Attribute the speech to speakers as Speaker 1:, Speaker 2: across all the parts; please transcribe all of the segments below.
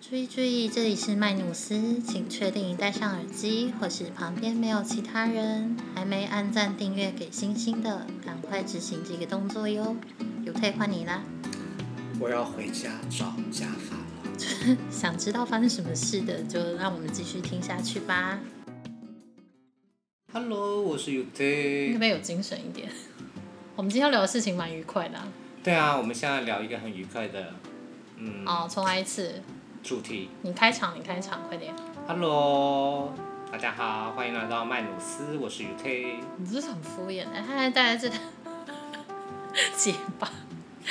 Speaker 1: 注意注意，这里是麦努斯，请确定你戴上耳机，或是旁边没有其他人。还没按赞、订阅、给星星的，赶快执行这个动作哟！有退换你啦！
Speaker 2: 我要回家找假发了。
Speaker 1: 想知道发生什么事的，就让我们继续听下去吧。
Speaker 2: Hello，我是
Speaker 1: 你可
Speaker 2: UT
Speaker 1: 不。可以有精神一点？ 我们今天要聊的事情蛮愉快的、啊。
Speaker 2: 对啊，我们现在聊一个很愉快的，嗯，
Speaker 1: 哦，重来一次，
Speaker 2: 主题。
Speaker 1: 你开场，你开场，快点！
Speaker 2: Hello，大家好，欢迎来到麦努斯，我是 UT。
Speaker 1: 你真是很敷衍的，还带 在这结巴。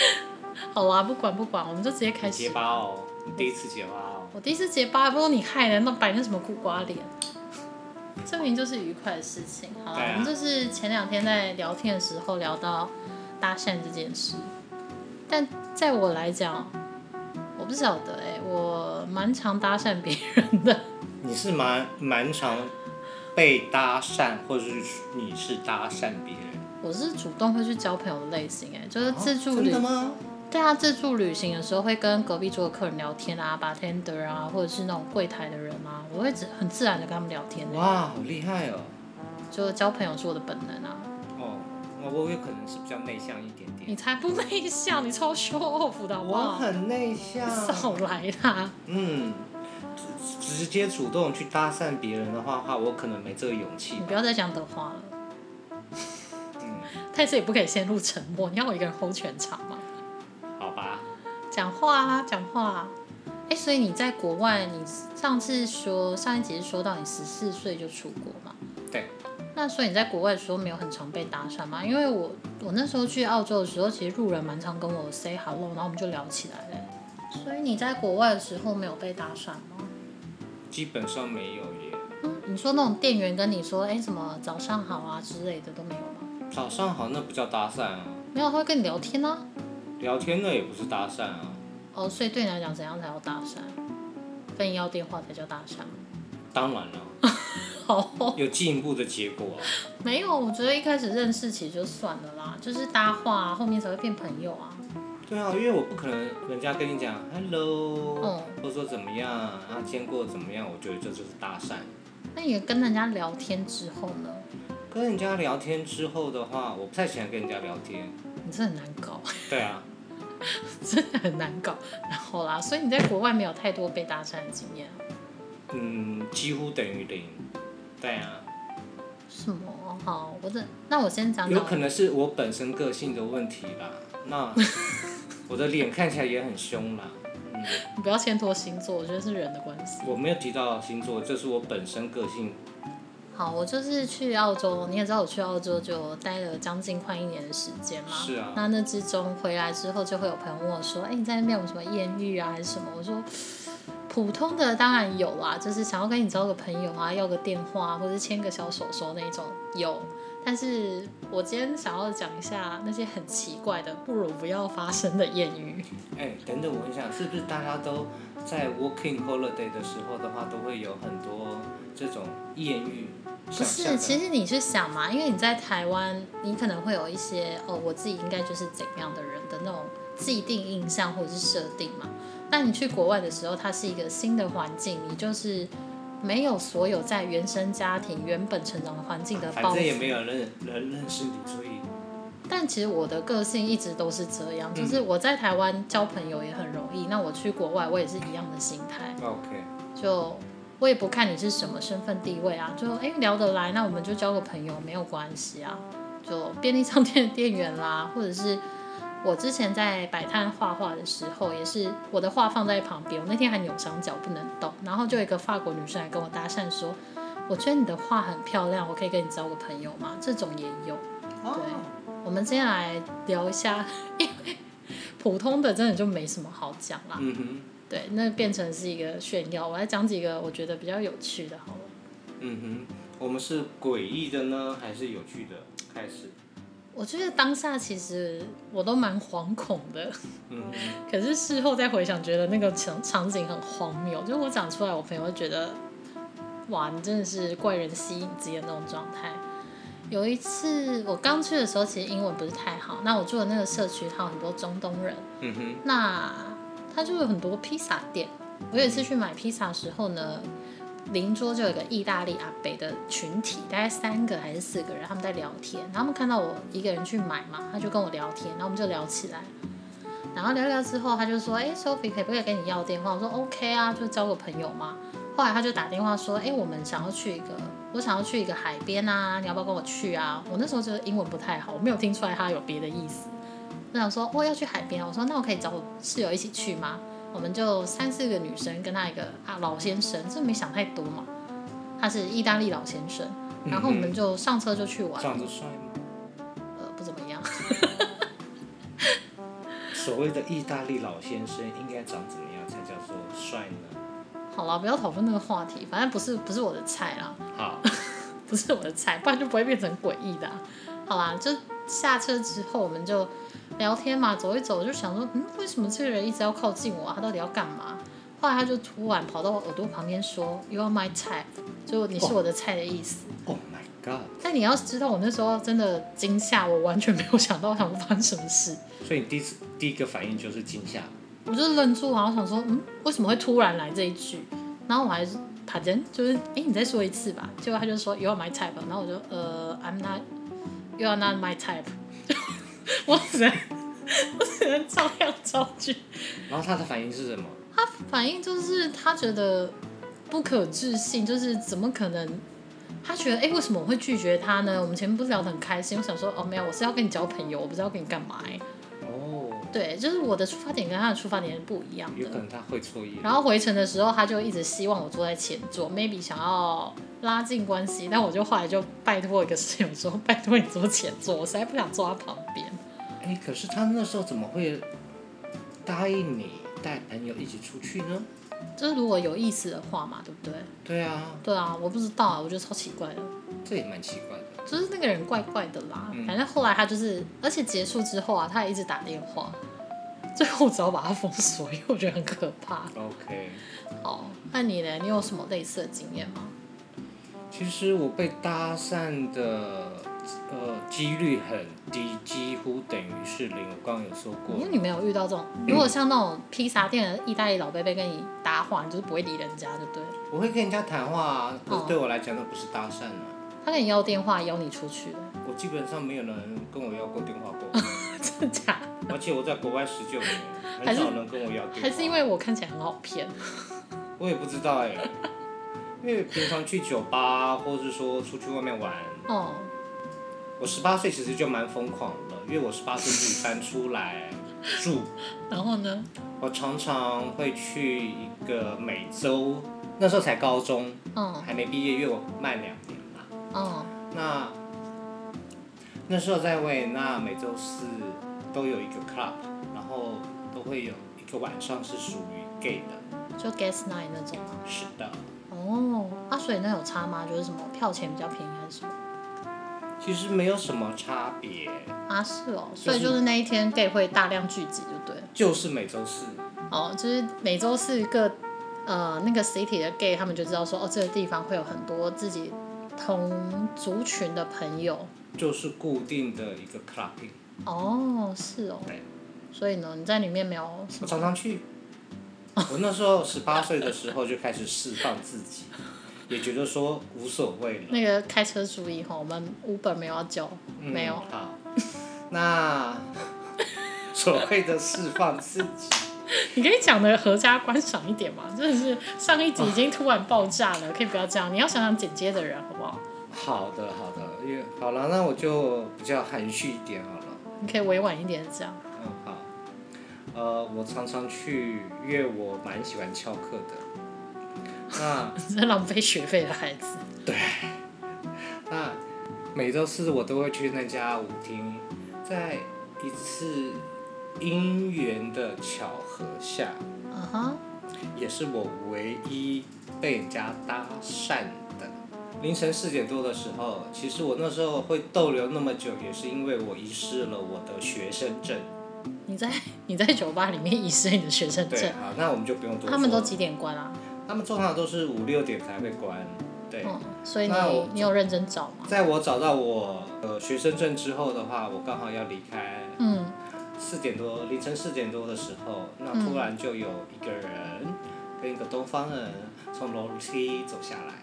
Speaker 1: 好啊啦，不管不管，我们就直接开
Speaker 2: 你
Speaker 1: 始
Speaker 2: 结。巴哦，你第一次结巴哦。
Speaker 1: 我第一次结巴，不过你害的，那摆那什么苦瓜脸，证明就是愉快的事情。好了，
Speaker 2: 对啊
Speaker 1: 我们就是前两天在聊天的时候聊到搭讪这件事，但在我来讲，我不晓得哎、我蛮常搭讪别人的，
Speaker 2: 你是蛮蛮常被搭讪，或者是你是搭讪别人？
Speaker 1: 我是主动会去交朋友的类型哎、就是自助
Speaker 2: 啊真
Speaker 1: 旅
Speaker 2: 的吗？
Speaker 1: 对啊，自助旅行的时候会跟隔壁桌的客人聊天啊，bartender 啊，或者是那种柜台的人啊，我会自很自然的跟他们聊天、欸，
Speaker 2: 哇，好厉害哦！
Speaker 1: 就交朋友是我的本能啊。
Speaker 2: 哦，我我有可能是比较内向一点点。
Speaker 1: 你才不内向，你超 show off 的好不
Speaker 2: 我
Speaker 1: 好？
Speaker 2: 很内向。
Speaker 1: 少来啦！
Speaker 2: 嗯，直直接主动去搭讪别人的话，话我可能没这个勇气
Speaker 1: 你。不要再讲德华了，
Speaker 2: 嗯，
Speaker 1: 但是也不可以陷入沉默，你要我一个人 hold 全场嘛？
Speaker 2: 好吧。
Speaker 1: 讲话啊，讲话、啊。哎、所以你在国外，你上次说上一集是说到你十四岁就出国嘛？
Speaker 2: 对，
Speaker 1: 那所以你在国外的时候没有很常被搭讪吗？因为我我那时候去澳洲的时候，其实路人蛮常跟我 say hello，然后我们就聊起来了。所以你在国外的时候没有被搭讪吗？
Speaker 2: 基本上没有耶。
Speaker 1: 嗯，你说那种店员跟你说，哎、什么早上好啊之类的都没有吗？
Speaker 2: 早上好，那不叫搭讪啊，
Speaker 1: 没有，他会跟你聊天啊。
Speaker 2: 聊天那也不是搭讪啊。
Speaker 1: 哦，所以对你来讲，怎样才叫搭讪？跟你要电话才叫搭讪吗。
Speaker 2: 当然了，
Speaker 1: 好、
Speaker 2: 有进一步的结果啊。
Speaker 1: 没有，我觉得一开始认识其实就算了啦，就是搭话、啊，后面才会变朋友啊。
Speaker 2: 对啊，因为我不可能人家跟你讲 hello，、
Speaker 1: 嗯
Speaker 2: 或者说怎么样啊，今天过得怎么样，我觉得这就是搭讪。
Speaker 1: 那你跟人家聊天之后呢？
Speaker 2: 跟人家聊天之后的话，我不太喜欢跟人家聊天。
Speaker 1: 你真的很难搞，
Speaker 2: 对啊，
Speaker 1: 真的很难搞。然后啦，所以你在国外没有太多被搭讪的经验啊。
Speaker 2: 嗯，几乎等于零。对啊，
Speaker 1: 什么？好，我这那我先讲
Speaker 2: 有
Speaker 1: 讲
Speaker 2: 可能是我本身个性的问题啦。那我的脸看起来也很凶啦。嗯，
Speaker 1: 你不要先拖星座，我觉得是人的关系。
Speaker 2: 我没有提到星座，这是我本身个性。
Speaker 1: 好，我就是去澳洲，你也知道我去澳洲就待了将近快一年的时间嘛。
Speaker 2: 是啊
Speaker 1: 那那之中回来之后，就会有朋友问我说：“哎、你在那边有什么艳遇啊，还是什么？”我说：“普通的当然有啦，就是想要跟你交个朋友啊，要个电话、或者牵个小手手那种有。但是我今天想要讲一下那些很奇怪的，不如不要发生的艳遇。
Speaker 2: 哎，等等，我问一下，是不是大家都在 working holiday 的时候的话，都会有很多这种艳遇？
Speaker 1: 不是，其
Speaker 2: 实
Speaker 1: 实你去想嘛，因为你在台湾，你可能会有一些哦，我自己应该就是怎样的人的那种既定印象或者是设定嘛。那你去国外的时候，它是一个新的环境，你就是没有所有在原生家庭原本成长的环境的
Speaker 2: 反
Speaker 1: 包
Speaker 2: 正也
Speaker 1: 袱。
Speaker 2: 没有人人认识你，所以
Speaker 1: 但其实我的个性一直都是这样，就是我在台湾交朋友也很容易，那我去国外我也是一样的心态。
Speaker 2: OK。
Speaker 1: 就我也不看你是什么身份地位啊，就哎、诶聊得来，那我们就交个朋友没有关系啊。就便利商店的店员啦，或者是我之前在摆摊画画的时候，也是我的画放在旁边，我那天还扭伤脚不能动，然后就有一个法国女生来跟我搭讪说，我觉得你的画很漂亮，我可以跟你交个朋友吗？这种也有。
Speaker 2: 哦，
Speaker 1: 我们今天来聊一下，因为 普通的真的就没什么好讲啦。
Speaker 2: 嗯哼，
Speaker 1: 对，那变成是一个炫耀。我来讲几个我觉得比较有趣的好了。
Speaker 2: 嗯哼，我们是诡异的呢，还是有趣的？开始，
Speaker 1: 我觉得当下其实我都蛮惶恐的，
Speaker 2: 嗯哼。
Speaker 1: 可是事后再回想，觉得那个场场景很荒谬。就是我讲出来，我朋友会觉得，哇，你真的是怪人吸引自己的那种状态。有一次我刚去的时候，其实英文不是太好。那我住的那个社区，它有很多中东人，
Speaker 2: 嗯哼，
Speaker 1: 那它就有很多披萨店。我有一次去买披萨的时候呢，邻桌就有一个意大利阿北的群体，大概三个还是四个人，他们在聊天。然后他们看到我一个人去买嘛，他就跟我聊天，然后我们就聊起来。然后聊聊之后，他就说：“哎、s o p h i e 可不可以跟你要电话？”我说：“OK 啊，就交个朋友嘛。”后来他就打电话说：“哎、我们想要去一个，我想要去一个海边啊，你要不要跟我去啊？”我那时候就是英文不太好，我没有听出来他有别的意思。我想说：“哦，要去海边啊。”我说：“那我可以找我室友一起去吗？”我们就三四个女生跟他一个啊老先生，这没想太多嘛，他是意大利老先生。然后我们就上车就去玩，
Speaker 2: 嗯长得帅吗？
Speaker 1: 呃，不怎么样。
Speaker 2: 所谓的意大利老先生应该长怎么样才叫做帅呢？
Speaker 1: 好了，不要讨论那个话题，反正不是不是我的菜啦。
Speaker 2: 好，
Speaker 1: 不是我的菜，不然就不会变成诡异的啊、好啦，就下车之后我们就聊天嘛，走一走，就想说，嗯，为什么这个人一直要靠近我、啊？他到底要干嘛？后来他就突然跑到我耳朵旁边说，You are my type，就你是我的菜的意思。
Speaker 2: Oh my god！
Speaker 1: 但你要知道，我那时候真的惊吓，我完全没有想到，我想说发生什么事，
Speaker 2: 所以你第一次第一个反应就是惊吓，
Speaker 1: 我就愣住啊，我想说，嗯，为什么会突然来这一句？然后我还是他真就是，哎、你再说一次吧。结果他就说 You are my type，然后我就呃 I'm not You are not my type，我只能我只能照样造句。
Speaker 2: 然后他的反应是什么？
Speaker 1: 他反应就是他觉得不可置信，就是怎么可能？他觉得哎、诶为什么我会拒绝他呢？我们前面不是聊得很开心，我想说哦没有，我是要跟你交朋友，我不是要跟你干嘛、诶
Speaker 2: 哦，
Speaker 1: 对，就是我的出发点跟他的出发点是不一样
Speaker 2: 有
Speaker 1: 的
Speaker 2: 可。能他会错意。
Speaker 1: 然后回程的时候，他就一直希望我坐在前座，maybe 想要拉近关系，但我就后来就拜托一个室友说：“拜托你坐前座，我实在不想坐他旁边。
Speaker 2: 哎，可是他那时候怎么会答应你带朋友一起出去呢？”
Speaker 1: 就是如果有意思的话嘛，对不对？
Speaker 2: 对啊，
Speaker 1: 对啊，我不知道啊，我觉得超奇怪的，
Speaker 2: 这也蛮奇怪的。
Speaker 1: 就是那个人怪怪的啦。反正后来他就是，而且结束之后啊，他也一直打电话，最后我只好把他封锁，因为我觉得很可怕。
Speaker 2: OK，
Speaker 1: 哦，那你呢？你有什么类似的经验吗？
Speaker 2: 其实我被搭讪的呃几率很低，几乎等于是零。我刚刚有说过嗯
Speaker 1: 因为，你没有遇到这种，如果像那种披萨店的意大利老贝贝跟你搭话，你就是不会理人家，对不对？
Speaker 2: 我会跟人家谈话啊，可
Speaker 1: 哦
Speaker 2: 是对我来讲那不是搭讪啊。
Speaker 1: 他跟你要电话，邀你出去的，
Speaker 2: 我基本上没有人跟我要过电话 过，
Speaker 1: 真的假的？
Speaker 2: 而且我在国外十九年，
Speaker 1: 还
Speaker 2: 很
Speaker 1: 是
Speaker 2: 少人跟我要电话。
Speaker 1: 还是因为我看起来很好骗？
Speaker 2: 我也不知道哎、因为平常去酒吧或是说出去外面玩，
Speaker 1: 哦、
Speaker 2: 我十八岁其实就蛮疯狂了，因为我十八岁自己搬出来住，
Speaker 1: 然后呢？
Speaker 2: 我常常会去一个每周，那时候才高中，
Speaker 1: 嗯
Speaker 2: 还没毕业，因为我慢两年嘛。
Speaker 1: 嗯
Speaker 2: 那那时候在维也纳，每周四都有一个 club，然后都会有一个晚上是属于 gay 的。
Speaker 1: 就 guess night 那种吗？
Speaker 2: 是的，
Speaker 1: 哦，啊，所以那有差吗？就是什么票钱比较便宜还是什么？
Speaker 2: 其实没有什么差别，
Speaker 1: 啊，是哦，
Speaker 2: 就
Speaker 1: 所
Speaker 2: 是
Speaker 1: 以就是那一天 gay 会大量聚集，就对了。
Speaker 2: 就是每周四。
Speaker 1: 哦，就是每周四个呃那个 city 的 gay，他们就知道说哦，这个地方会有很多自己同族群的朋友。
Speaker 2: 就是固定的一个 clubbing，
Speaker 1: 哦，是哦
Speaker 2: 对。
Speaker 1: 所以呢，你在里面没有什
Speaker 2: 我
Speaker 1: 么
Speaker 2: 常常去。我那时候十八岁的时候就开始释放自己，也觉得说无所谓了。
Speaker 1: 那个开车注意哈，我们 Uber 没有要叫，
Speaker 2: 嗯
Speaker 1: 没有。
Speaker 2: 好，那 所谓的释放自己，
Speaker 1: 你可以讲的合家观赏一点嘛，真的是上一集已经突然爆炸了，可以不要这样，你要想想剪接的人好不好？
Speaker 2: 好的好的，因为好了，那我就比较含蓄一点好了。
Speaker 1: 你可以委婉一点地讲。
Speaker 2: 嗯，好。呃，我常常去，因为我蛮喜欢翘课的。那
Speaker 1: 你是浪费学费的孩子。
Speaker 2: 那每周四我都会去那家舞厅，在一次因缘的巧合下，
Speaker 1: 啊哈，
Speaker 2: 也是我唯一被人家搭讪的。凌晨四点多的时候，其实我那时候会逗留那么久，也是因为我遗失了我的学生证。
Speaker 1: 你在你在酒吧里面遗失你的学生
Speaker 2: 对，
Speaker 1: 证，
Speaker 2: 好，那我们就不用多说。
Speaker 1: 他们都几点关啊？
Speaker 2: 他们通常都是五六点才会关。对，
Speaker 1: 嗯，所以
Speaker 2: 那我
Speaker 1: 你你有认真找吗？
Speaker 2: 在我找到我呃学生证之后的话，我刚好要离开
Speaker 1: 嗯，
Speaker 2: 四点多，凌晨四点多的时候，那突然就有一个人跟一个东方人从楼梯走下来，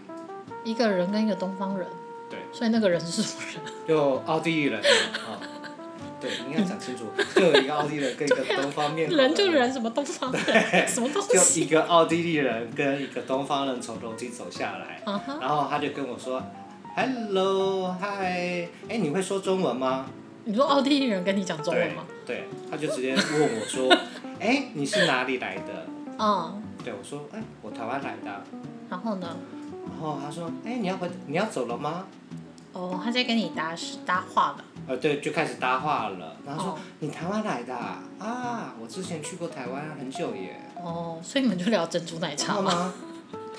Speaker 1: 一个人跟一个东方人，
Speaker 2: 对，
Speaker 1: 所以那个人是什么人？
Speaker 2: 就奥地利人啊、哦，对，应该讲清楚，就有一个奥地利人跟一个东方面孔 的
Speaker 1: 人就人，什么东方人， 什么东
Speaker 2: 就
Speaker 1: 西？
Speaker 2: 一个奥地利人跟一个东方人从楼梯走下来，
Speaker 1: 啊哈，
Speaker 2: 然后他就跟我说，Hello，嗨，哎，你会说中文吗？
Speaker 1: 你说奥地利人跟你讲中文吗？
Speaker 2: 对，对，他就直接问我 说，哎，你是哪里来的？
Speaker 1: 嗯，
Speaker 2: 对，我说，哎，我台湾来的啊。
Speaker 1: 然后呢？
Speaker 2: 然后他说，哎，你要回，你要走了吗？
Speaker 1: 哦，他在跟你搭搭话吧？
Speaker 2: 呃，对，就开始搭话了。然后说，
Speaker 1: 哦
Speaker 2: 你台湾来的啊啊？我之前去过台湾很久耶。
Speaker 1: 哦，所以你们就聊珍珠奶
Speaker 2: 真
Speaker 1: 茶
Speaker 2: 的
Speaker 1: 吗？
Speaker 2: 吗？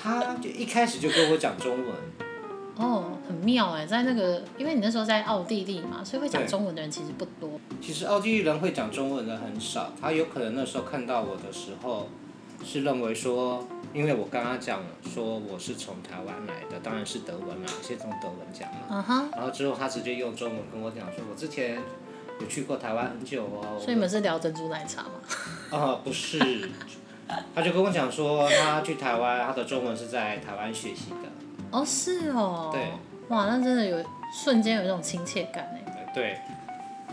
Speaker 2: 他就一开始就跟我讲中文，
Speaker 1: 哦，很妙哎，在那个，因为你那时候在奥地利嘛，所以会讲
Speaker 2: 对
Speaker 1: 中文的人其实不多。
Speaker 2: 其实奥地利人会讲中文的很少，他有可能那时候看到我的时候，是认为说，因为我刚刚讲说我是从台湾来的，当然是德文啦、先从德文讲嘛。
Speaker 1: 嗯哼，
Speaker 2: 然后之后他直接用中文跟我讲说，我之前有去过台湾很久哦。
Speaker 1: 所以你们是聊珍珠奶茶吗？
Speaker 2: 啊、不是，他就跟我讲说他去台湾，他的中文是在台湾学习的。
Speaker 1: 哦，是哦。
Speaker 2: 对。
Speaker 1: 哇，那真的有瞬间有一种亲切感哎。
Speaker 2: 呃对，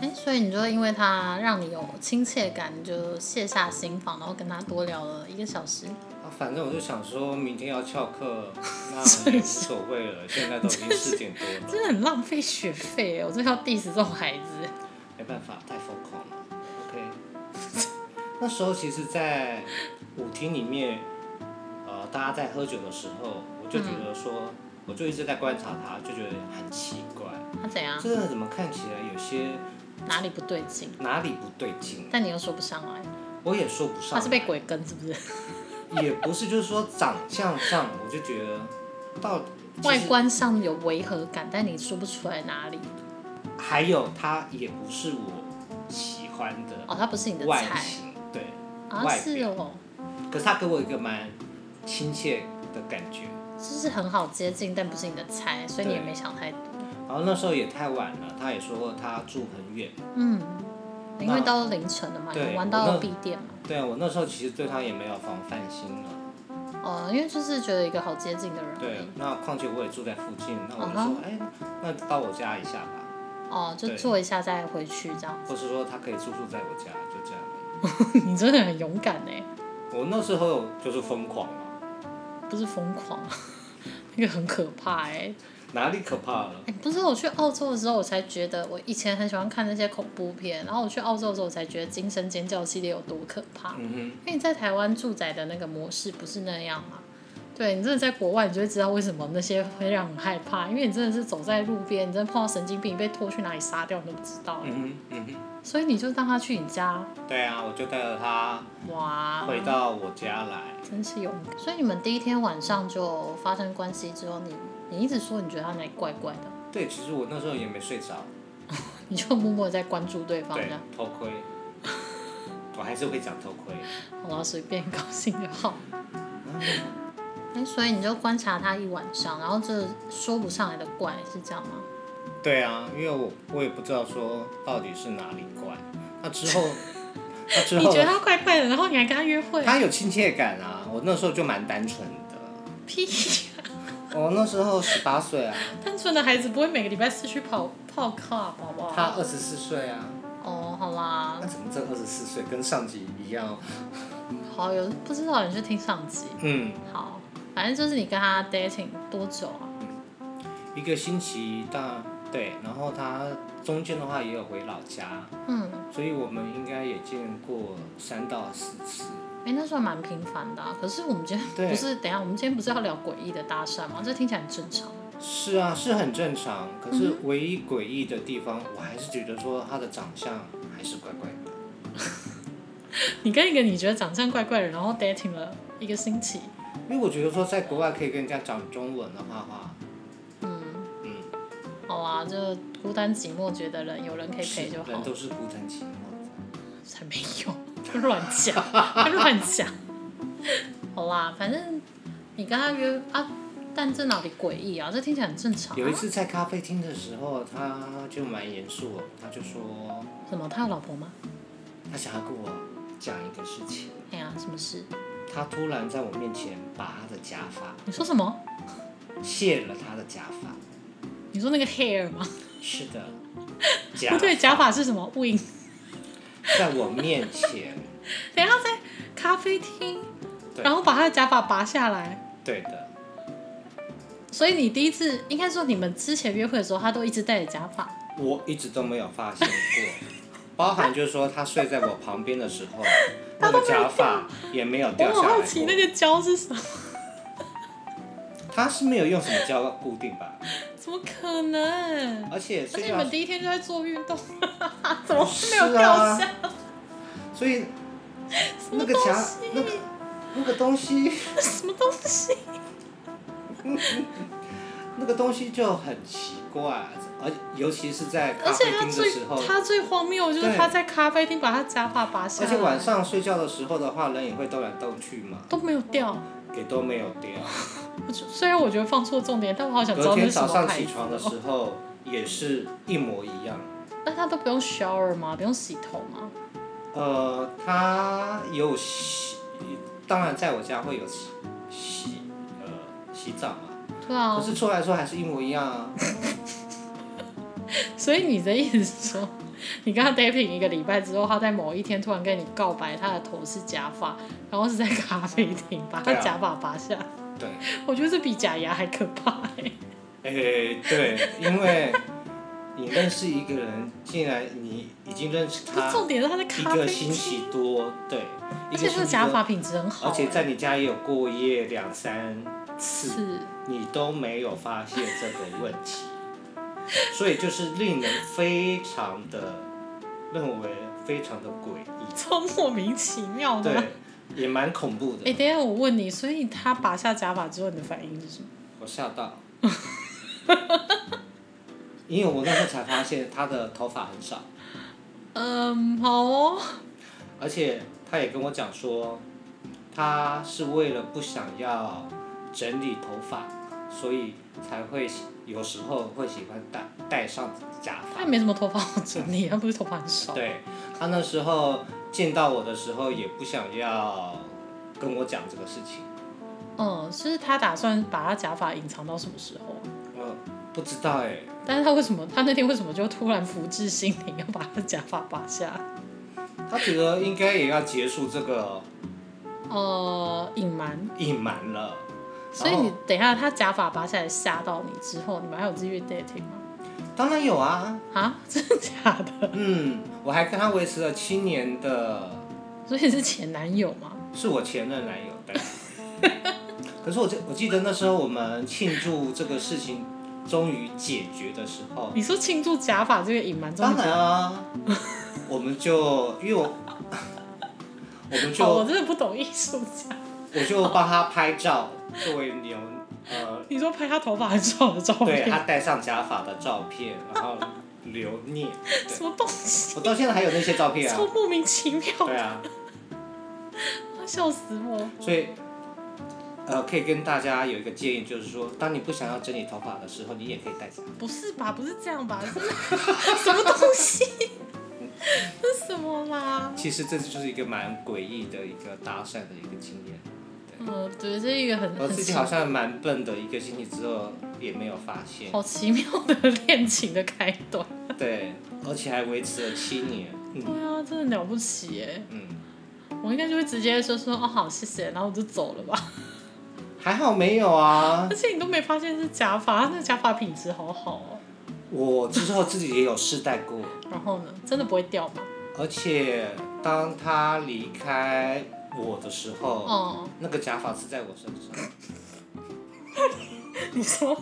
Speaker 1: 哎，所以你就因为他让你有亲切感，你就卸下心防，然后跟他多聊了一个小时。
Speaker 2: 啊，反正我就想说明天要翘课，那也无所谓了，现在都已经四点多了，
Speaker 1: 真的很浪费学费耶，我真的要 diss 这种孩子。
Speaker 2: 没办法，太疯狂了。OK，那时候其实，在舞厅里面，呃，大家在喝酒的时候，我就觉得说，我就一直在观察他，就觉得很奇怪，
Speaker 1: 他怎样？
Speaker 2: 这个人怎么看起来有些
Speaker 1: 哪里不对劲？
Speaker 2: 哪里不对劲？
Speaker 1: 但你又说不上来，
Speaker 2: 我也说不上
Speaker 1: 他
Speaker 2: 来，
Speaker 1: 是被鬼跟是不是？
Speaker 2: 也不是，就是说长相上，我就觉得到底其实
Speaker 1: 外观上有违和感，但你说不出来哪里。
Speaker 2: 还有他也不是我喜欢的
Speaker 1: 哦，他不是你的
Speaker 2: 外
Speaker 1: 菜
Speaker 2: 形，对。
Speaker 1: 啊，
Speaker 2: 外
Speaker 1: 是
Speaker 2: 表
Speaker 1: 哦，
Speaker 2: 可是他给我一个蛮亲切的感觉。
Speaker 1: 就是很好接近，但不是你的菜，所以你也
Speaker 2: 对
Speaker 1: 没想太多。
Speaker 2: 然后那时候也太晚了，他也说他住很远。
Speaker 1: 嗯，因为
Speaker 2: 那
Speaker 1: 都凌晨了嘛，
Speaker 2: 对
Speaker 1: 你玩
Speaker 2: 我
Speaker 1: 到
Speaker 2: 那
Speaker 1: 闭店嘛。
Speaker 2: 对啊，我那时候其实对他也没有防范心了。
Speaker 1: 哦，因为就是觉得一个好接近的人而
Speaker 2: 对
Speaker 1: 已。，
Speaker 2: 那况且我也住在附近，那我就
Speaker 1: 嗯
Speaker 2: 说，哎、那到我家一下吧，
Speaker 1: 哦，就
Speaker 2: 对
Speaker 1: 坐一下再回去这样。
Speaker 2: 或是说他可以住宿在我家，就这样。
Speaker 1: 你真的很勇敢哎，
Speaker 2: 我那时候就是疯狂了，
Speaker 1: 不是疯狂， 那个很可怕哎。
Speaker 2: 哪里可怕了？
Speaker 1: 哎，不是我去澳洲的时候，我才觉得我以前很喜欢看那些恐怖片，然后我去澳洲的时候，我才觉得惊声尖叫系列有多可怕。
Speaker 2: 嗯
Speaker 1: 因为你在台湾住宅的那个模式不是那样嘛。对你真的在国外，你就会知道为什么那些会让人害怕，因为你真的是走在路边，你真的碰到神经病，你被拖去哪里杀掉你都不知道
Speaker 2: 哼，、嗯哼，嗯哼。
Speaker 1: 所以你就让他去你家，
Speaker 2: 对啊，我就带着他
Speaker 1: 哇，
Speaker 2: 回到我家来。
Speaker 1: 真是勇敢。所以你们第一天晚上就发生关系之后，你你一直说你觉得他哪里怪怪的，
Speaker 2: 对，其实我那时候也没睡着，
Speaker 1: 你就默默地在关注对方这
Speaker 2: 对
Speaker 1: 样。，
Speaker 2: 偷窥， 我还是会讲偷窥。
Speaker 1: 好了，随便高兴就好。
Speaker 2: 嗯
Speaker 1: 哎、所以你就观察他一晚上，然后这说不上来的怪是这样吗？
Speaker 2: 对啊，因为我我也不知道说到底是哪里怪。那之 后，那之
Speaker 1: 你
Speaker 2: 后
Speaker 1: 觉得他怪怪的，然后你还跟他约会？
Speaker 2: 他有亲切感啊，我那时候就蛮单纯的。
Speaker 1: 屁！
Speaker 2: 我那时候十八岁啊，
Speaker 1: 单纯的孩子不会每个礼拜四去跑泡 club 好不好？
Speaker 2: 他二十四岁啊，
Speaker 1: 哦，好啦
Speaker 2: 那，怎么这二十四岁跟上集一样？
Speaker 1: 好有不知道你去听上集。
Speaker 2: 嗯，
Speaker 1: 好，反正就是你跟他 dating 多久啊？
Speaker 2: 一个星期大对，然后他中间的话也有回老家，
Speaker 1: 嗯，
Speaker 2: 所以我们应该也见过三到四次。
Speaker 1: 哎、那算蛮频繁的啊、可是我们今天
Speaker 2: 对
Speaker 1: 不是，等一下我们今天不是要聊诡异的搭讪吗？这听起来很正常。
Speaker 2: 是啊，是很正常。可
Speaker 1: 嗯
Speaker 2: 是唯一诡异的地方，我还是觉得说他的长相还是怪怪的。
Speaker 1: 你跟一个你觉得长相怪怪的人，然后 dating 了一个星期，
Speaker 2: 因为我觉得说在国外可以跟人家讲中文的话话，
Speaker 1: 好啊，就孤单寂寞觉得人有人可以陪
Speaker 2: 是
Speaker 1: 就好
Speaker 2: 人，都是孤单寂寞
Speaker 1: 才没有，乱讲，乱讲。 好啦，反正你跟他约啊，但这哪里诡异啊？这听起来很正常、
Speaker 2: 的。
Speaker 1: 啊。
Speaker 2: 有一次在咖啡厅的时候，他就蛮严肃的，他就说
Speaker 1: 什么？他有老婆吗？
Speaker 2: 他想要跟我讲一个事情。
Speaker 1: 哎呀，什么事？
Speaker 2: 他突然在我面前把他的假发
Speaker 1: 你说什么？
Speaker 2: 卸了，他的假发，
Speaker 1: 你说那个 hair 吗？
Speaker 2: 是的，假
Speaker 1: 不对，假发是什么？wing。
Speaker 2: 在我面前，
Speaker 1: 等一下在咖啡厅，
Speaker 2: 对
Speaker 1: 然后把他的假发拔下来。
Speaker 2: 对的，
Speaker 1: 所以你第一次，应该说你们之前约会的时候，他都一直戴着假发。
Speaker 2: 我一直都没有发现过，包含就是说他睡在我旁边的时候，那个假发也没有
Speaker 1: 我
Speaker 2: 掉
Speaker 1: 好
Speaker 2: 下来
Speaker 1: 好奇那
Speaker 2: 过。
Speaker 1: 个胶是什么？
Speaker 2: 他是没有用什么胶固定吧？
Speaker 1: 怎么可能？
Speaker 2: 而且
Speaker 1: 而且
Speaker 2: 最重
Speaker 1: 你
Speaker 2: 要
Speaker 1: 们
Speaker 2: 是，
Speaker 1: 第一天就在做运 动，怎么会没有掉下？
Speaker 2: 啊所以
Speaker 1: 什
Speaker 2: 那
Speaker 1: 么
Speaker 2: 个
Speaker 1: 东
Speaker 2: 夹
Speaker 1: 西？
Speaker 2: 那个那个东西，
Speaker 1: 什么东西？
Speaker 2: 那个东西就很奇怪，啊而尤其是在咖
Speaker 1: 而
Speaker 2: 啡
Speaker 1: 且他
Speaker 2: 厅的时候
Speaker 1: 最，他最荒谬的就是
Speaker 2: 对
Speaker 1: 他在咖啡厅把他假发拔下
Speaker 2: 而
Speaker 1: 来，
Speaker 2: 且晚上睡觉的时候的话，人也会动来动去嘛，
Speaker 1: 都没有掉。
Speaker 2: 也都没有掉。
Speaker 1: 我就虽然我觉得放错重点，但我好想知
Speaker 2: 隔
Speaker 1: 道那
Speaker 2: 天
Speaker 1: 是什
Speaker 2: 早
Speaker 1: 么
Speaker 2: 上
Speaker 1: 牌
Speaker 2: 起
Speaker 1: 子
Speaker 2: 床的
Speaker 1: 哦。
Speaker 2: 时候也是一模一样。
Speaker 1: 那他都不用 shower 吗？不用洗头吗？
Speaker 2: 呃，他有洗，当然在我家会有洗洗呃洗澡嘛，
Speaker 1: 对
Speaker 2: 可
Speaker 1: 啊，
Speaker 2: 是出来的时候还是一模一样啊。
Speaker 1: 所以你的意思是说，你跟他 dating 一个礼拜之后，他在某一天突然跟你告白，他的头是假发，然后是在咖啡厅把他
Speaker 2: 对啊
Speaker 1: 假发拔下来，
Speaker 2: 对，
Speaker 1: 我觉得这比假牙还可怕、欸。
Speaker 2: 诶、哎对，因为你认识一个人，竟然你已经认识
Speaker 1: 可是
Speaker 2: 他
Speaker 1: 重点是他在
Speaker 2: 一
Speaker 1: 咖啡
Speaker 2: 个星
Speaker 1: 厅，
Speaker 2: 期多，对，一
Speaker 1: 而
Speaker 2: 个
Speaker 1: 且
Speaker 2: 星
Speaker 1: 他的
Speaker 2: 期
Speaker 1: 假发
Speaker 2: 多，
Speaker 1: 品质很好、
Speaker 2: 而且
Speaker 1: 欸。
Speaker 2: 在你家也有过夜两三次。
Speaker 1: 是，
Speaker 2: 你都没有发现这个问题，所以就是令人非常的认为非常的诡异，
Speaker 1: 超莫名其妙的。
Speaker 2: 对，也蛮恐怖
Speaker 1: 哎、
Speaker 2: 的。
Speaker 1: 等一下我问你，所以他拔下假发之后，你的反应是什么？
Speaker 2: 我吓到，因为我那时候才发现他的头发很少，
Speaker 1: 嗯，好哦。
Speaker 2: 而且他也跟我讲说，他是为了不想要整理头发，所以才会有时候会喜欢戴戴上假发
Speaker 1: 他。也没什么头发好整理，他不是头发很少。
Speaker 2: 对他那时候见到我的时候，也不想要跟我讲这个事情。
Speaker 1: 嗯，就是他打算把他假发隐藏到什么时候？
Speaker 2: 我不知道哎、
Speaker 1: 但是他为什么？他那天为什么就突然福至心灵，要把他假发拔下？
Speaker 2: 他觉得应该也要结束这个
Speaker 1: 呃，隐瞒。
Speaker 2: 隐瞒了。
Speaker 1: 所以你等一下，他假发拔下来吓到你之后，你们还有继续 dating 吗？
Speaker 2: 当然有啊，
Speaker 1: 啊， 真的假的？
Speaker 2: 嗯，我还跟他维持了七年的，
Speaker 1: 所以是前男友吗？
Speaker 2: 是我前任男友。对。可是我记我记得那时候我们庆祝这个事情终于解决的时候，
Speaker 1: 你说庆祝假发这个隐瞒中
Speaker 2: 当然啊，我们就因为我 我们就
Speaker 1: 好，哦我真的不懂艺术家。
Speaker 2: 我就帮他拍照作为牛，呃，
Speaker 1: 你说拍他头发很少的照
Speaker 2: 对啊他
Speaker 1: 片，
Speaker 2: 戴上假发的照片，然后留 念。对
Speaker 1: 什么东西？
Speaker 2: 我到现在还有那些照片啊
Speaker 1: 超，莫名其妙，
Speaker 2: 对啊，
Speaker 1: 笑死我！
Speaker 2: 所以，呃，可以跟大家有一个建议，就是说，当你不想要整理头发的时候，你也可以戴假发。
Speaker 1: 不是吧？不是这样吧？是 什么东西？ 这是什么啦？
Speaker 2: 其实这就是一个蛮诡异的一个搭讪的一个经验。
Speaker 1: 嗯，对，这是一个很
Speaker 2: 我
Speaker 1: 很
Speaker 2: 自
Speaker 1: 奇
Speaker 2: 己好像蛮笨的，一个星期之后也没有发现。
Speaker 1: 好奇妙的恋情的开端。
Speaker 2: 对，而且还维持了七年。嗯
Speaker 1: 对啊，真的了不起耶！
Speaker 2: 嗯，
Speaker 1: 我应该就会直接说说哦好，谢谢，然后我就走了吧。
Speaker 2: 还好没有啊
Speaker 1: 而。且你都没发现是假发，他那假发品质好好哦。
Speaker 2: 我之后自己也有试戴过，
Speaker 1: 然后呢，真的不会掉吗？
Speaker 2: 而且当他离开我的时候，
Speaker 1: 哦、
Speaker 2: 那个假发是在我身上，
Speaker 1: 你说，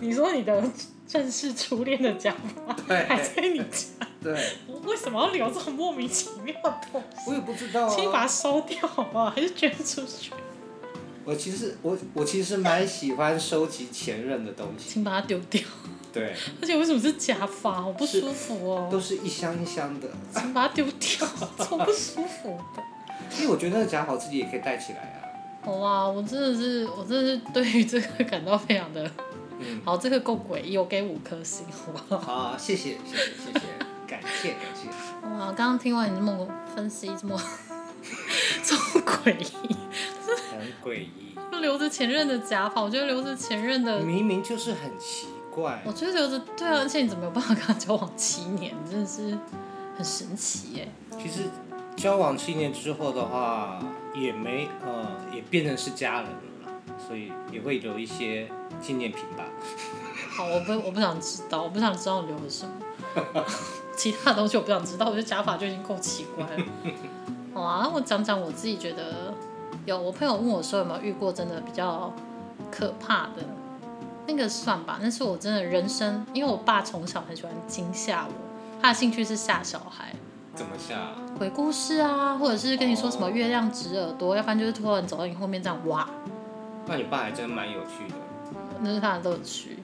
Speaker 1: 你说你的正式初恋的假发
Speaker 2: 对
Speaker 1: 还在你家，
Speaker 2: 对，
Speaker 1: 我为什么要留这种莫名其妙的东西？
Speaker 2: 我也不知道
Speaker 1: 先把它
Speaker 2: 啊。
Speaker 1: 烧掉好不好？还是捐出去？
Speaker 2: 我其实我我其实蛮喜欢收集前任的东西，
Speaker 1: 请把它丢掉。
Speaker 2: 对，
Speaker 1: 而且为什么是假发？好不舒服
Speaker 2: 都
Speaker 1: 哦！
Speaker 2: 是一箱一箱的，
Speaker 1: 请把它丢掉，超不舒服的。
Speaker 2: 因为我觉得那个假发我自己也可以戴起来啊。
Speaker 1: 好啊，我真的是，我真的是对于这个感到非常的
Speaker 2: 嗯，
Speaker 1: 好，这个够诡异，我给五颗星，好不好？
Speaker 2: 好啊，谢谢谢谢谢谢，感谢感谢。
Speaker 1: 啊 哇，刚刚听完你这么分析，这么超诡异，
Speaker 2: 很诡异。
Speaker 1: 就留着前任的假发，我觉得留着前任的，
Speaker 2: 明明就是很奇怪
Speaker 1: 我，觉得留着对啊，而且你怎么有办法跟他交往七年，真的是很神奇耶。
Speaker 2: 其实交往七年之后的话，也没呃，也变成是家人了啦，所以也会留一些纪念品吧。
Speaker 1: 好，我不我不想知道，我不想知道你留了什么， 其他的东西我不想知道，我觉得假发就已经够奇怪了。好啊，那我讲讲我自己觉得，有我朋友问我说有没有遇过真的比较可怕的，那个算吧，那是我真的人生，因为我爸从小很喜欢惊吓我，他的兴趣是吓小孩。
Speaker 2: 怎么下？
Speaker 1: 鬼故事啊，或者是跟你说什么月亮指耳朵，要不然就是突然走到你后面这样哇，
Speaker 2: 那你爸还真蛮有趣的。
Speaker 1: 那是他的乐趣。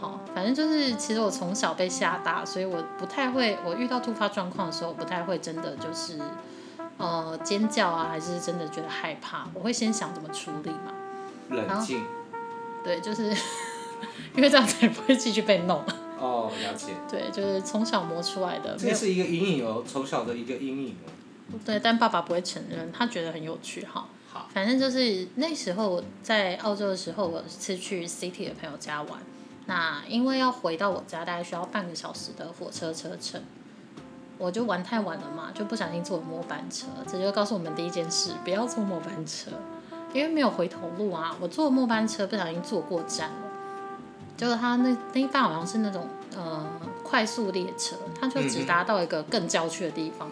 Speaker 1: 好，反正就是，其实我从小被吓大，所以我不太会，我遇到突发状况的时候，我不太会真的就是，呃，尖叫啊，还是真的觉得害怕，我会先想怎么处理嘛。
Speaker 2: 冷静。啊
Speaker 1: 对，就是 因为这样才不会继续被弄。
Speaker 2: 哦，了解。
Speaker 1: 对，就是从小磨出来的。没
Speaker 2: 这
Speaker 1: 有
Speaker 2: 是一个阴影哦，从小的一个阴影哦。
Speaker 1: 对，但爸爸不会承认，他觉得很有趣哈。
Speaker 2: 好，
Speaker 1: 反正就是那时候我在澳洲的时候，我有一次去 City 的朋友家玩，那因为要回到我家，大概需要半个小时的火车车程，我就玩太晚了嘛，就不小心坐了末班车，这就告诉我们第一件事，不要坐末班车，因为没有回头路啊。我坐末班车不小心坐过站了，结果他那那一班好像是那种呃快速列车，它就直达到一个更郊区的地方，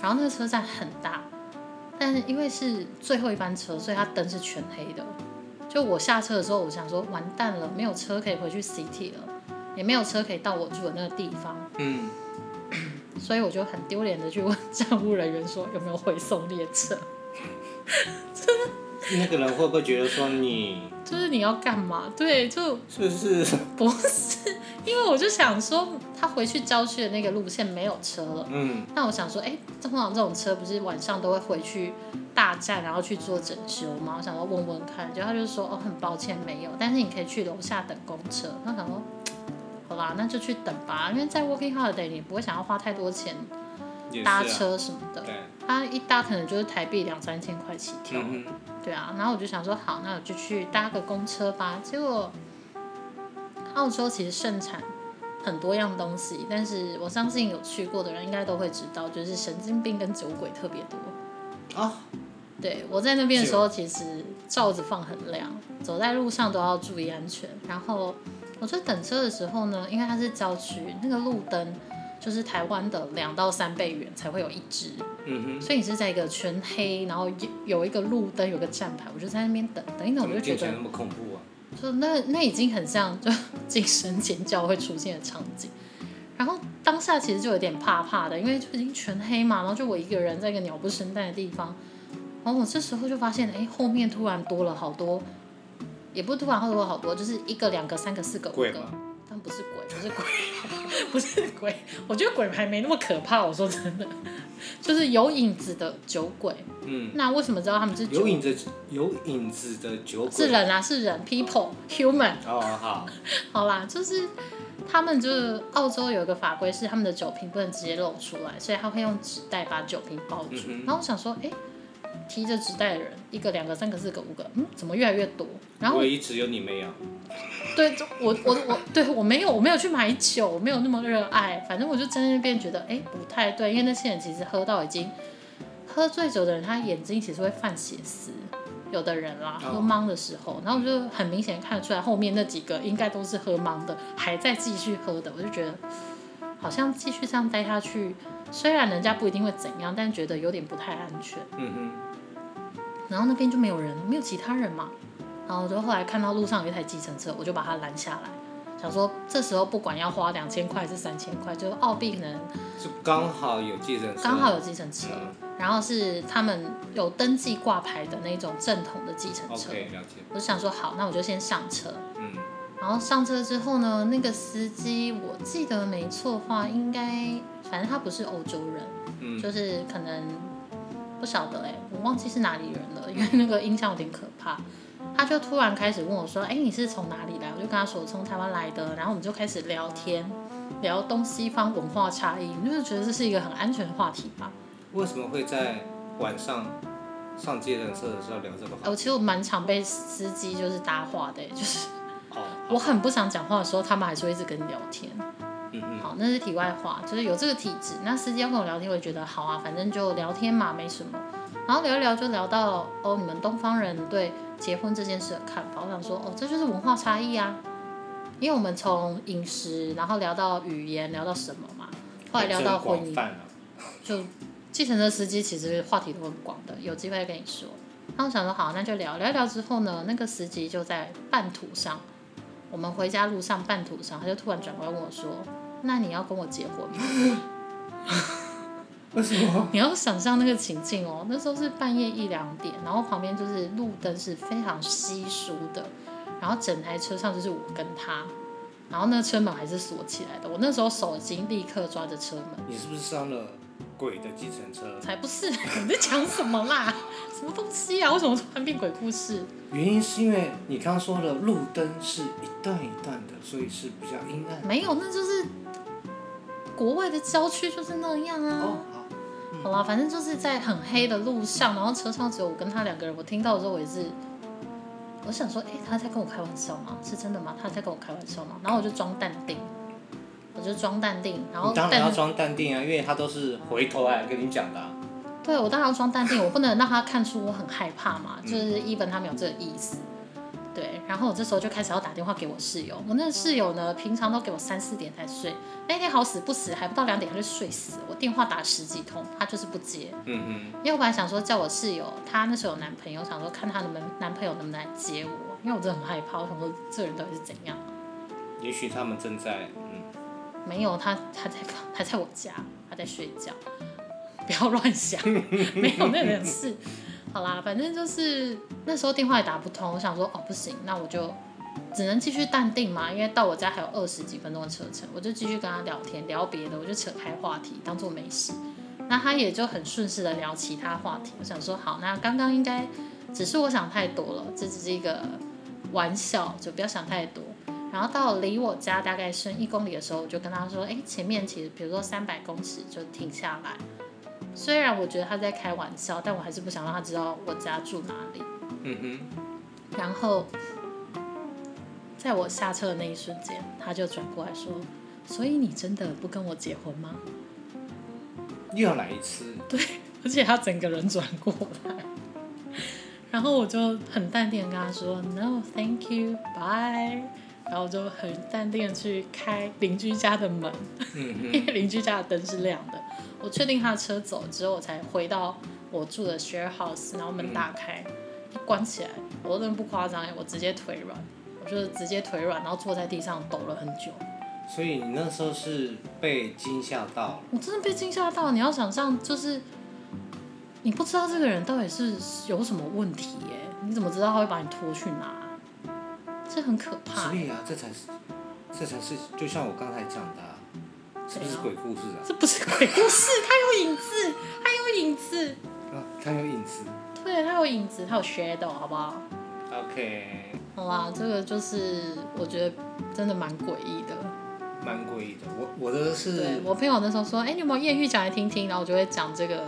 Speaker 1: 然后那个车站很大。但是因为是最后一班车，所以它灯是全黑的。就我下车的时候，我想说完蛋了，没有车可以回去 City 了，也没有车可以到我住的那个地方，
Speaker 2: 嗯，
Speaker 1: 所以我就很丢脸的去问 站务人员说有没有回送列车，
Speaker 2: 那个人会不会觉得说你
Speaker 1: 就是你要干嘛？对，就是
Speaker 2: 不是？
Speaker 1: 不是，因为我就想说他回去郊区的那个路线没有车了。
Speaker 2: 嗯，
Speaker 1: 那我想说，哎、通常这种车不是晚上都会回去大站，然后去做整修吗？我想要问问看，结果他就说，哦，很抱歉没有，但是你可以去楼下等公车。那我想说，好啦，那就去等吧，因为在 working holiday 你不会想要花太多钱
Speaker 2: 也是
Speaker 1: 搭
Speaker 2: 啊。
Speaker 1: 车什么的，
Speaker 2: 对，
Speaker 1: 他一搭可能就是台币两三千块起跳。
Speaker 2: 嗯哼，
Speaker 1: 对啊，然后我就想说，好，那我就去搭个公车吧。结果澳洲其实盛产很多样东西，但是我相信有去过的人应该都会知道，就是神经病跟酒鬼特别多。
Speaker 2: 啊，
Speaker 1: 对我在那边的时候，其实罩子放很亮，走在路上都要注意安全。然后我在等车的时候呢，因为它是郊区，那个路灯就是台湾的两到三倍远才会有一只。
Speaker 2: 嗯
Speaker 1: 所以你是在一个全黑，然后有有一个路灯，有个站牌，我就在那边等，等一
Speaker 2: 哼，
Speaker 1: 等，
Speaker 2: 怎
Speaker 1: 我就
Speaker 2: 么
Speaker 1: 觉
Speaker 2: 变成
Speaker 1: 得，
Speaker 2: 那么恐怖啊？
Speaker 1: 就那那已经很像 就惊声尖叫会出现的场景。然后当下其实就有点怕怕的，因为就已经全黑嘛，然后就我一个人在一个鸟不生蛋的地方。然后我这时候就发现，哎，后面突然多了好多，也不是突然多了好多，就是一个、两个、三个、四个、五
Speaker 2: 鬼
Speaker 1: 个，
Speaker 2: 吗？
Speaker 1: 但不是鬼，不是鬼， 不是鬼。我觉得鬼还没那么可怕。我说真的，就是有影子的酒鬼。
Speaker 2: 嗯，
Speaker 1: 那为什么知道他们是酒
Speaker 2: 有？影子，有影子的酒鬼。
Speaker 1: 是人啊，是人，people human。
Speaker 2: 哦，好，
Speaker 1: 好啦，就是他们就是澳洲有一个法规是他们的酒瓶不能直接露出来，所以他会用纸袋把酒瓶包住。
Speaker 2: 嗯哼
Speaker 1: 然后我想说，哎、提着纸袋的人一个、两个、三个、四个、五个，嗯，怎么越来越多？然后
Speaker 2: 唯一只有你没有。
Speaker 1: 对，就我我我对我没有我没有去买酒，我没有那么热爱，反正我就在那边觉得哎不太对，因为那些人其实喝到已经喝醉酒的人，他眼睛其实会犯血丝，有的人啦，
Speaker 2: 哦
Speaker 1: 喝懵的时候，然后我就很明显看得出来后面那几个应该都是喝懵的，还在继续喝的，我就觉得好像继续这样待下去，虽然人家不一定会怎样，但觉得有点不太安全。
Speaker 2: 嗯哼，
Speaker 1: 然后那边就没有人，没有其他人嘛。然后我就后来看到路上有一台计程车，我就把它拦下来，想说这时候不管要花两千块还是三千块，就是澳币可能
Speaker 2: 就刚好有计程车。
Speaker 1: 刚好有计程车，
Speaker 2: 嗯
Speaker 1: 然后是他们有登记挂牌的那种正统的计程车。
Speaker 2: OK，了解。
Speaker 1: 我就想说好，那我就先上车。
Speaker 2: 嗯，
Speaker 1: 然后上车之后呢，那个司机我记得没错的话，应该反正他不是欧洲人，
Speaker 2: 嗯
Speaker 1: 就是可能不晓得哎、我忘记是哪里人了，因为那个印象有点可怕。他就突然开始问我说：“哎、你是从哪里来？”我就跟他说：“我从台湾来的。”然后我们就开始聊天，聊东西方文化差异，你就是觉得这是一个很安全的话题吧？
Speaker 2: 为什么会在晚上上计程车的时候聊这个
Speaker 1: 呃
Speaker 2: 话
Speaker 1: 我
Speaker 2: 题。
Speaker 1: 其实我蛮常被司机就是搭话的，欸就是
Speaker 2: 哦，
Speaker 1: 呃我很不想讲话的时候，他们还是会一直跟你聊天。
Speaker 2: 嗯嗯，
Speaker 1: 好，那是题外话，就是有这个体质。那司机要跟我聊天，我也觉得好啊，反正就聊天嘛，没什么。然后聊一聊就聊到哦，你们东方人对结婚这件事的看法。我想说哦，这就是文化差异啊，因为我们从饮食，然后聊到语言，聊到什么嘛，后来聊到
Speaker 2: 真广
Speaker 1: 婚姻，
Speaker 2: 泛啊，
Speaker 1: 就计程车司机其实话题都很广的，有机会跟你说。那我想说好，那就聊聊一聊之后呢，那个司机就在半途上，我们回家路上半途上，他就突然转过来问我说：“那你要跟我结婚吗
Speaker 2: 为什么？？”
Speaker 1: 你要想象那个情境哦，那时候是半夜一两点，然后旁边就是路灯是非常稀疏的，然后整台车上就是我跟他，然后那个车门还是锁起来的。我那时候手已经立刻抓着车门。
Speaker 2: 你是不是上了鬼的计程车？
Speaker 1: 才不是！ 你在讲什么啦？ 什么东西啊？为什么突然变鬼故事？
Speaker 2: 原因是因为你刚刚说的路灯是一段一段的，所以是比较阴暗。
Speaker 1: 没有，那就是国外的郊区就是那样啊。
Speaker 2: 哦，好，
Speaker 1: 好啦，反正就是在很黑的路上，然后车上只有我跟他两个人。我听到的时候，我也是，我想说，哎、他在跟我开玩笑吗？是真的吗？他在跟我开玩笑吗？然后我就装淡定，我就装淡定，然后
Speaker 2: 你当然要
Speaker 1: 但
Speaker 2: 装淡定啊，因为他都是回头来跟你讲的、啊。
Speaker 1: 对我当然要装淡定，我不能让他看出我很害怕嘛，就是 even 他没有这个意思。对，然后我这时候就开始要打电话给我室友，我那个室友呢，平常都给我三四点才睡，那天好死不死还不到两点他就睡死，我电话打十几通，他就是不接。
Speaker 2: 嗯
Speaker 1: 因为我本来想说叫我室友，她那时候有男朋友，想说看她能不能男朋友能不能来接我，因为我真的很害怕，我想说这人到底是怎样？
Speaker 2: 哼，也许他们正在嗯，
Speaker 1: 没有，他他在房他在我家，他在睡觉， 不要乱想， 没有那种事。好啦，反正就是那时候电话也打不通，我想说哦不行，那我就只能继续淡定嘛，因为到我家还有二十几分钟的车程，我就继续跟他聊天，聊别的，我就扯开话题，当做没事。那他也就很顺势的聊其他话题，我想说好，那刚刚应该只是我想太多了，这只是一个玩笑，就不要想太多。然后到离我家大概剩一公里的时候，我就跟他说：“哎，前面其实比如说三百公尺就停下来。”虽然我觉得他在开玩笑，但我还是不想让他知道我家住哪里。
Speaker 2: 嗯
Speaker 1: 然后，在我下车的那一瞬间，他就转过来说：“所以你真的不跟我结婚吗
Speaker 2: 哼，又要来一次。？”
Speaker 1: 而且他整个人转过来，然后我就很淡定的跟他说：“No, thank you, bye。”然后我就很淡定的去开邻居家的门。
Speaker 2: 嗯
Speaker 1: 因为邻居家的灯是亮的。我确定他的车走之后，我才回到我住的 share house，然后门打开，一关起来，我真的不夸张哎，我直接腿软，我就直接腿软，然后坐在地上抖了很久。
Speaker 2: 哼，所以你那时候是被惊吓到了。
Speaker 1: 我真的被惊吓到，你要想象就是，你不知道这个人到底是有什么问题耶，你怎么知道他会把你拖去哪？这很可怕
Speaker 2: 所
Speaker 1: 耶，
Speaker 2: 以啊，这才是，这才是，就像我刚才讲的、啊，是不是鬼故事啊？
Speaker 1: 这不是鬼故事，他有影子，他有影子，
Speaker 2: 啊，它有影子。
Speaker 1: 对，他有影子，他有 shadow，好不好？
Speaker 2: OK，
Speaker 1: 好啦，这个就是我觉得真的蛮诡异的。
Speaker 2: 蛮诡异的。我我的
Speaker 1: 对
Speaker 2: 是，
Speaker 1: 我朋友那时候说：“哎、你有没有艳遇讲来听听？”然后我就会讲这个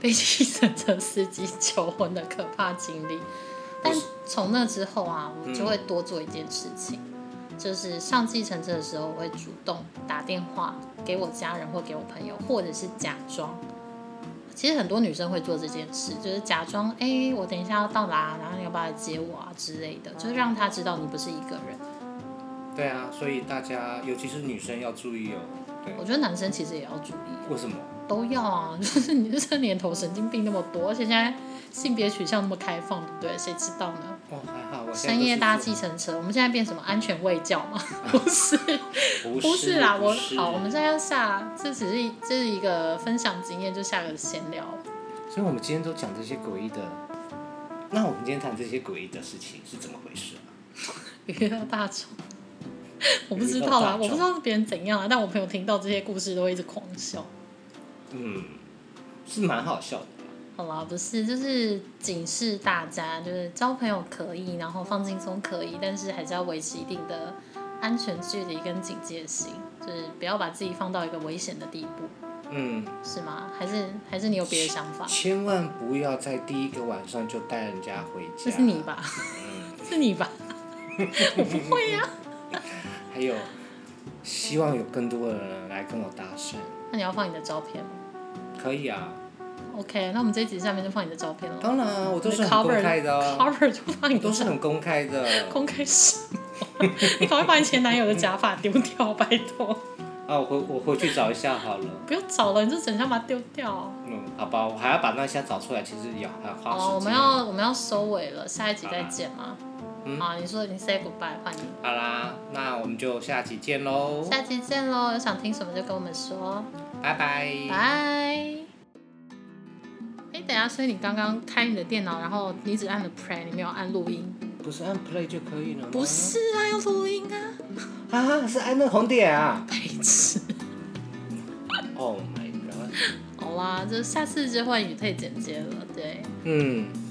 Speaker 1: 被计程车司机求婚的可怕经历。但从那之后啊，我就会多做一件事情，就是上计程车的时候，我会主动打电话给我家人或给我朋友，或者是假装。其实很多女生会做这件事，就是假装哎、我等一下要到哪，然后你要不要来接我啊之类的，就是让他知道你不是一个人。
Speaker 2: 对啊，所以大家尤其是女生要注意哦。对，
Speaker 1: 我觉得男生其实也要注意，
Speaker 2: 为什么？
Speaker 1: 都要啊， 就是你这年头神经病那么多，而且现在性别取向那么开放，对不对？谁知道呢？
Speaker 2: 哦，还好我现在
Speaker 1: 深夜搭
Speaker 2: 大
Speaker 1: 计程车，我们现在变什么安全卫教吗？不是，
Speaker 2: 不
Speaker 1: 不是啦，我
Speaker 2: 不是
Speaker 1: 好，我们现在要下，这只是这是一个分享经验，就下个闲聊。
Speaker 2: 所以我们今天都讲这些诡异的。那我们今天谈这些诡异的事情是怎么回事啊？
Speaker 1: 娱乐大众。我不知道啦，我不知道别人怎样啊，但我朋友听到这些故事都会一直狂笑。
Speaker 2: 嗯，是蛮好笑的。
Speaker 1: 好啦，不是，就是警示大家，就是交朋友可以，然后放轻松可以，但是还是要维持一定的安全距离跟警戒心，就是不要把自己放到一个危险的地步。
Speaker 2: 嗯，
Speaker 1: 是吗？还是还是你有别的想法？
Speaker 2: 千万不要在第一个晚上就带人家回家。
Speaker 1: 这是你吧？
Speaker 2: 啊嗯，
Speaker 1: 是你吧？我不会呀、
Speaker 2: 还有，希望有更多的人来跟我搭讪，
Speaker 1: 那你要放你的照片吗
Speaker 2: 可以啊。
Speaker 1: ？OK，那我们这一集下面就放你的照片了。
Speaker 2: 当然啊，我都是
Speaker 1: 你的
Speaker 2: 很公
Speaker 1: cover
Speaker 2: 开的哦，
Speaker 1: cover 就放你
Speaker 2: 我
Speaker 1: 的
Speaker 2: 都是
Speaker 1: 照片。
Speaker 2: 很公开的。
Speaker 1: 公开什么？ 你赶快把你前男友的假发丢掉，拜托！
Speaker 2: 啊，我回我回去找一下好了。
Speaker 1: 不要找了，你就整箱把它丢掉。
Speaker 2: 嗯，好吧，我还要把那些找出来，其实也很花时间。
Speaker 1: 哦，我们要我们要收尾了，下一集再见吗？
Speaker 2: 嗯
Speaker 1: 好，你说你 say goodbye，换你。
Speaker 2: 好啦，那我们就下期见喽，
Speaker 1: 下期见喽！有想听什么就跟我们说，
Speaker 2: 拜拜。
Speaker 1: 拜。哎，等一下，所以你刚刚开你的电脑，然后你只按了 play，你没有按录音？
Speaker 2: 不是按 play 就可以了吗？
Speaker 1: 不是啊，要录音啊！
Speaker 2: 啊，是按那个红点啊。
Speaker 1: 白痴。
Speaker 2: Oh my god。
Speaker 1: 好啦，就下次就换语配剪接了，对。
Speaker 2: 嗯。